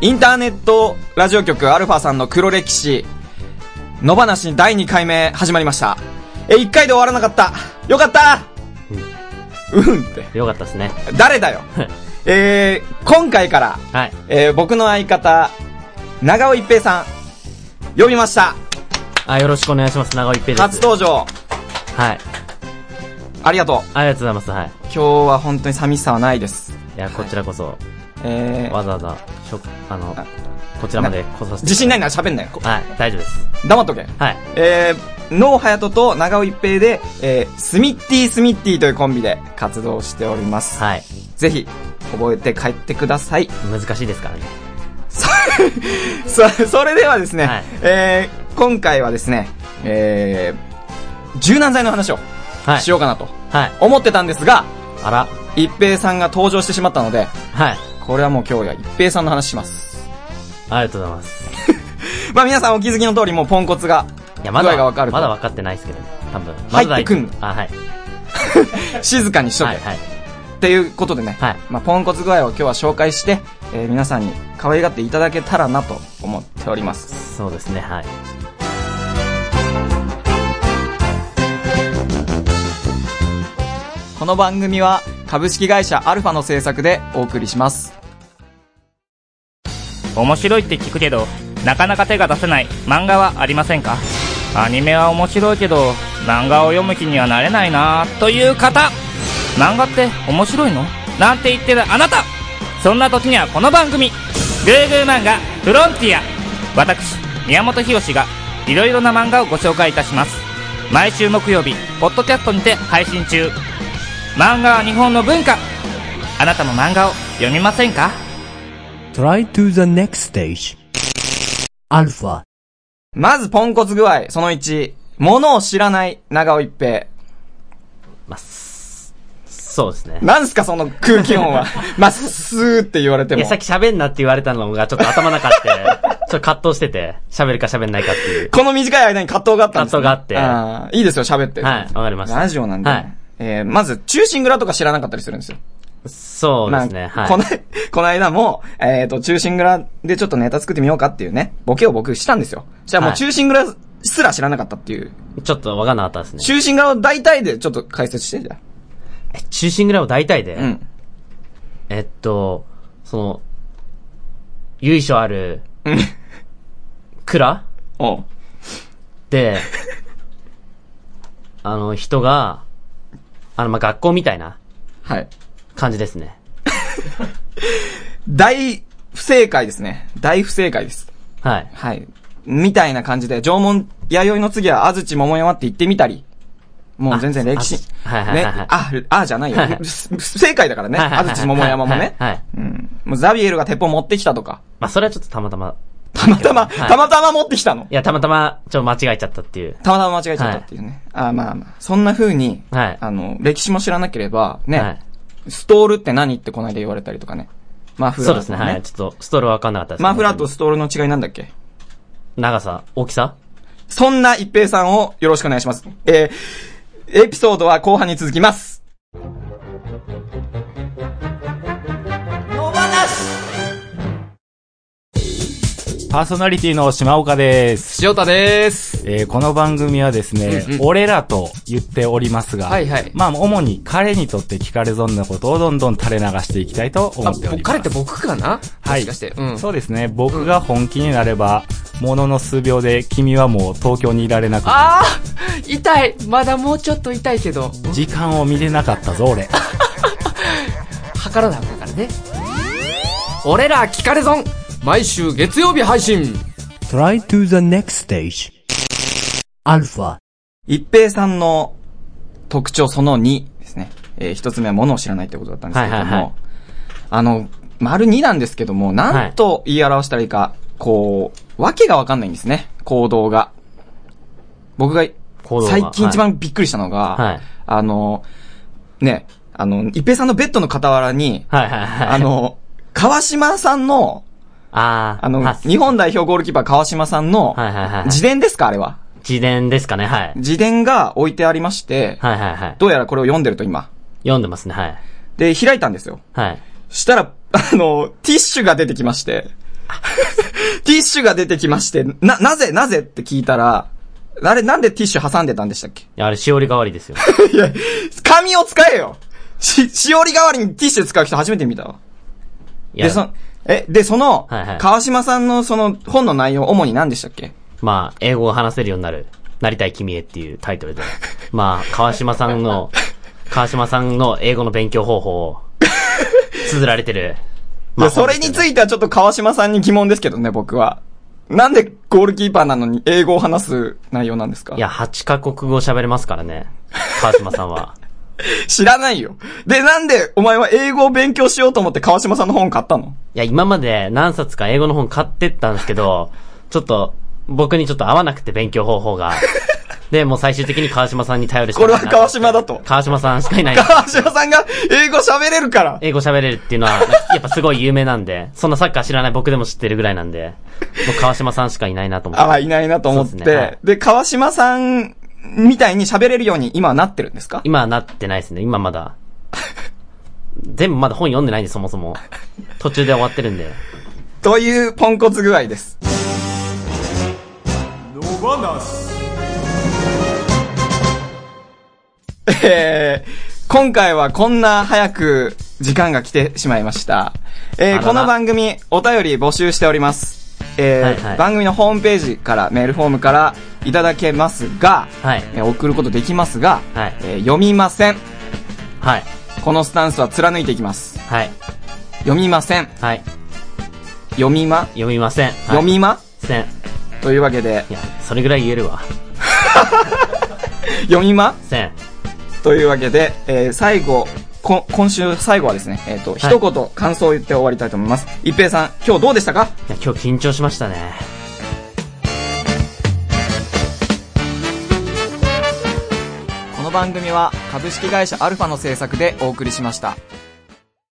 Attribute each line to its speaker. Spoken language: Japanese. Speaker 1: インターネットラジオ局アルファさんの黒歴史、野放し第2回目始まりました。え、1回で終わらなかった。よかったうん、って。
Speaker 2: よかったですね。
Speaker 1: 誰だよ。えー、今回から、
Speaker 2: はい。
Speaker 1: えー、僕の相方、長尾一平さん、呼びました。
Speaker 2: あ、よろしくお願いします。長尾一平です。
Speaker 1: 初登場。
Speaker 2: はい。
Speaker 1: ありがとう。
Speaker 2: ありがとうございます。はい。
Speaker 1: 今日は本当に寂しさはないです。
Speaker 2: いや、こちらこそ、
Speaker 1: えー、
Speaker 2: わざわざ、しょ、あの
Speaker 1: あ、
Speaker 2: こちらまで来させて。
Speaker 1: 自信ない
Speaker 2: い
Speaker 1: なら喋んなよ。
Speaker 2: はい、大丈夫です。
Speaker 1: 黙っとけ。
Speaker 2: はい。
Speaker 1: えー、ノーハヤトと長尾一平で、えー、スミッティスミッティというコンビで活動しております。
Speaker 2: はい。
Speaker 1: ぜひ、覚えて帰ってくださ い。
Speaker 2: 難しいですからね。
Speaker 1: そ、そ それではですね、
Speaker 2: はい
Speaker 1: えー、今回はですね、えー、柔軟剤の話を
Speaker 2: はい
Speaker 1: し。ようかなと
Speaker 2: はい。
Speaker 1: 思ってたんですが、
Speaker 2: あら。
Speaker 1: 一平さんが登場してしまったので、
Speaker 2: はい。
Speaker 1: これはもう今日は一平さんの話し ます。
Speaker 2: ありがとうございます。
Speaker 1: まあ皆さんお気づきの通りもうポンコツが
Speaker 2: いや、まだ、
Speaker 1: 具合がわかると
Speaker 2: まだ分かってないですけどね。多分。
Speaker 1: 入ってくんの
Speaker 2: まだあ、はい。
Speaker 1: 静かにしとけ、
Speaker 2: はい、はい。
Speaker 1: っていうことでね、
Speaker 2: はい
Speaker 1: まあ、ポンコツ具合を今日は紹介して、えー皆さんに可愛がっていただけたらなと思っております。
Speaker 2: そうですね、はい。
Speaker 1: この番組は株式会社アルファの制作でお送りします。
Speaker 3: 面白いって聞くけどなかなか手が出せない漫画はありませんかアニメは面白いけど漫画を読む気にはなれないなという方漫画って面白いのなんて言ってるあなたそんな時にはこの番組「グーグー漫画フロンティア」私宮本浩がいろいろな漫画をご紹介いたします毎週木曜日ポッドキャストにて配信中漫画は日本の文化あなたも漫画を読みませんか
Speaker 4: Try to the next stage. Alpha.
Speaker 1: まずポンコツ具合、その1、物を知らない長尾一平。
Speaker 2: まあ、すそうですね。
Speaker 1: なんすかその空気音 は。まっすーって言われて
Speaker 2: い
Speaker 1: も
Speaker 2: や、。さっき喋んなって言われたのがちょっと頭なかって、ちょ っと葛藤してて、喋るか喋んないかっていう。
Speaker 1: この短い間に葛藤があったんです、
Speaker 2: 葛藤が
Speaker 1: あって。いいですよ、喋って。
Speaker 2: はい、わかりました。
Speaker 1: ラジオなんで。
Speaker 2: はい。
Speaker 1: えー、まず、中心蔵とか知らなかったりするんですよ。
Speaker 2: そうですね、
Speaker 1: まあ
Speaker 2: はい。
Speaker 1: この、 この間も、えっ、と、中心蔵でちょっとネタ作ってみようかっていうね、ボケを僕したんですよ。じゃあもう
Speaker 2: はい
Speaker 1: 中心蔵すら知らなかったっていう。
Speaker 2: ちょっとわかんなかったですね。
Speaker 1: 中心蔵を大体でちょっと解説して、じゃ
Speaker 2: え中心ぐらいを大体で、
Speaker 1: あ。うん。
Speaker 2: えっと、その、由緒ある、蔵
Speaker 1: おう
Speaker 2: で、あの、人が、あの、まあ、学校みたいな
Speaker 1: はい。
Speaker 2: 感じですね。
Speaker 1: 大不正解ですね。大不正解です。
Speaker 2: はい。
Speaker 1: はい。みたいな感じで、縄文、弥生の次は安土桃山って言ってみたり、もう全然
Speaker 2: あ
Speaker 1: 歴史、
Speaker 2: あはいはい
Speaker 1: ね
Speaker 2: はいはい、
Speaker 1: あ、あじゃないよ
Speaker 2: はいは。い
Speaker 1: 不不正解だからね、
Speaker 2: はいはいはい
Speaker 1: 安土桃山もね。
Speaker 2: はいはいはい
Speaker 1: うん。もうザビエルが鉄砲持ってきたとか、
Speaker 2: まあ、それはちょっとたまたま、
Speaker 1: たまたま、
Speaker 2: はい
Speaker 1: たまたま持ってきたの。
Speaker 2: いや、たまたま、ちょっと間違えちゃったっていう。
Speaker 1: たまたま間違えちゃったっていうね。あまあまあ、そんな風に、
Speaker 2: はい
Speaker 1: あの、歴史も知らなければ、ね、
Speaker 2: はい
Speaker 1: ストールって何ってこの間言われたりとかね。マフラー、
Speaker 2: そうですね、はい。ちょっと、ストールわかんなかったです、ね。
Speaker 1: マフラーとストールの違いなんだっけ
Speaker 2: 長さ、大きさ
Speaker 1: そんな一平さんをよろしくお願いします。えー、エピソードは後半に続きます。
Speaker 5: パーソナリティの島岡です。
Speaker 1: 塩田です。
Speaker 5: えーこの番組はですね、俺らと言っておりますが、
Speaker 1: はいはい
Speaker 5: まあ、主に彼にとって聞かれ損なことをどんどん垂れ流していきたいと思っております。
Speaker 1: 僕かな
Speaker 5: はい
Speaker 1: もしかしてうん
Speaker 5: そうですね、僕が本気になれば、ものの数秒で君はもう東京にいられなくな
Speaker 6: ああ痛いまだもうちょっと痛いけど、
Speaker 5: る時間を見れなかったぞ、俺。
Speaker 6: 測らなあかんからね。俺ら聞かれ損毎週月曜日配信
Speaker 4: Try to the next stage. Alpha.
Speaker 1: 一平さんの特徴その2ですね。えー一つ目は物を知らないってことだったんですけれども、
Speaker 2: はいはいはい
Speaker 1: あの、丸2なんですけども、なんと言い表したらいいか、こう、わけがわかんないんですね、行動が。僕が
Speaker 2: 行動が
Speaker 1: 最近一番びっくりしたのが、
Speaker 2: はい
Speaker 1: あの、ね、あの、一平さんのベッドの傍らに、
Speaker 2: はいはいはい。
Speaker 1: あ、の、川島さんの、
Speaker 2: あー
Speaker 1: あの、
Speaker 2: は
Speaker 1: 日本代表ゴールキーパー川島さんの
Speaker 2: はいはいはい、
Speaker 1: 自伝ですかあれは。
Speaker 2: 自伝ですかね、はい。
Speaker 1: 自伝が置いてありまして、
Speaker 2: はいはいはい。
Speaker 1: どうやらこれを読んでると今。
Speaker 2: 読んでますね、はい。
Speaker 1: で、開いたんですよ。
Speaker 2: はい。
Speaker 1: したら、あの、ティッシュが出てきまして、 ティッシュが出てきまして、な、なぜ、なぜって聞いたら、あれなんでティッシュ挟んでたんでしたっけ
Speaker 2: いやあれ、しおり代わりですよ。
Speaker 1: いや、紙を使えよし、しおり代わりにティッシュ使う人初めて見たわ。
Speaker 2: いや
Speaker 1: で、その、え、で、その、
Speaker 2: はいはい
Speaker 1: 川島さんのその本の内容、主に何でしたっけ
Speaker 2: まあ、英語を話せるようになる、なりたい君へっていうタイトルで。 まあ、川島さ んの、川島さんの英語の勉強方法を、綴られてる。
Speaker 1: いやそれにつ
Speaker 2: て。
Speaker 1: いてはちょっと川島さんに疑問ですけどね、僕は。なんでゴールキーパーなのに英語を話す内容なんですか
Speaker 2: いや、8カ国語喋れますからね。川島さんは。
Speaker 1: 知らないよ。で、なんでお前は英語を勉強しようと思って川島さんの本買ったの
Speaker 2: いや、今まで何冊か英語の本買ってったんですけど、ちょっと、僕にちょっと合わなくて勉強方 法が。で、もう最終的に川島さんに頼るしか
Speaker 1: こ
Speaker 2: ない
Speaker 1: れ
Speaker 2: な
Speaker 1: は川島だと。
Speaker 2: 川島さんしかいない。
Speaker 1: 川島さんが英語喋れるから。
Speaker 2: 英語喋れるっていうのは、やっぱすごい有名なんで、そんなサッカー知らない僕でも知ってるぐらいなんで、もう川島さんしかいないなと思って。
Speaker 1: ああ、いないなと思って。
Speaker 2: そう
Speaker 1: で
Speaker 2: ですねはい
Speaker 1: 川島さんみたいに喋れるように今はなってるんですか
Speaker 2: 今はなってないですね、今まだ。全部まだ本読んでないんで、そもそも。途中で終わってるんで。
Speaker 1: というポンコツ具合です。えー、今回はこんな早く時間が来てしまいました。え
Speaker 2: あら
Speaker 1: ー、
Speaker 2: ら
Speaker 1: この番組お便り募集しております。えー
Speaker 2: はいはい
Speaker 1: 番組のホームページからメールフォームからいただけますが、
Speaker 2: はい
Speaker 1: えー送ることできますが、
Speaker 2: はい
Speaker 1: えー読みません。
Speaker 2: はい。
Speaker 1: このスタンスは貫いていきます。
Speaker 2: はい。
Speaker 1: 読みません。
Speaker 2: はい。
Speaker 1: 読みま、
Speaker 2: 読みません。はい
Speaker 1: 読みま
Speaker 2: せん。
Speaker 1: というわけで
Speaker 2: い、や、それぐらい言えるわ。
Speaker 1: 読みま
Speaker 2: せん。
Speaker 1: というわけで、えー最後、こ今週最後はですね、えっ、と、一言感想を言って終わりたいと思います。一平さん、今日どうでしたか
Speaker 2: いや、今日緊張しましたね。
Speaker 1: この番組は株式会社アルファの制作でお送りしました。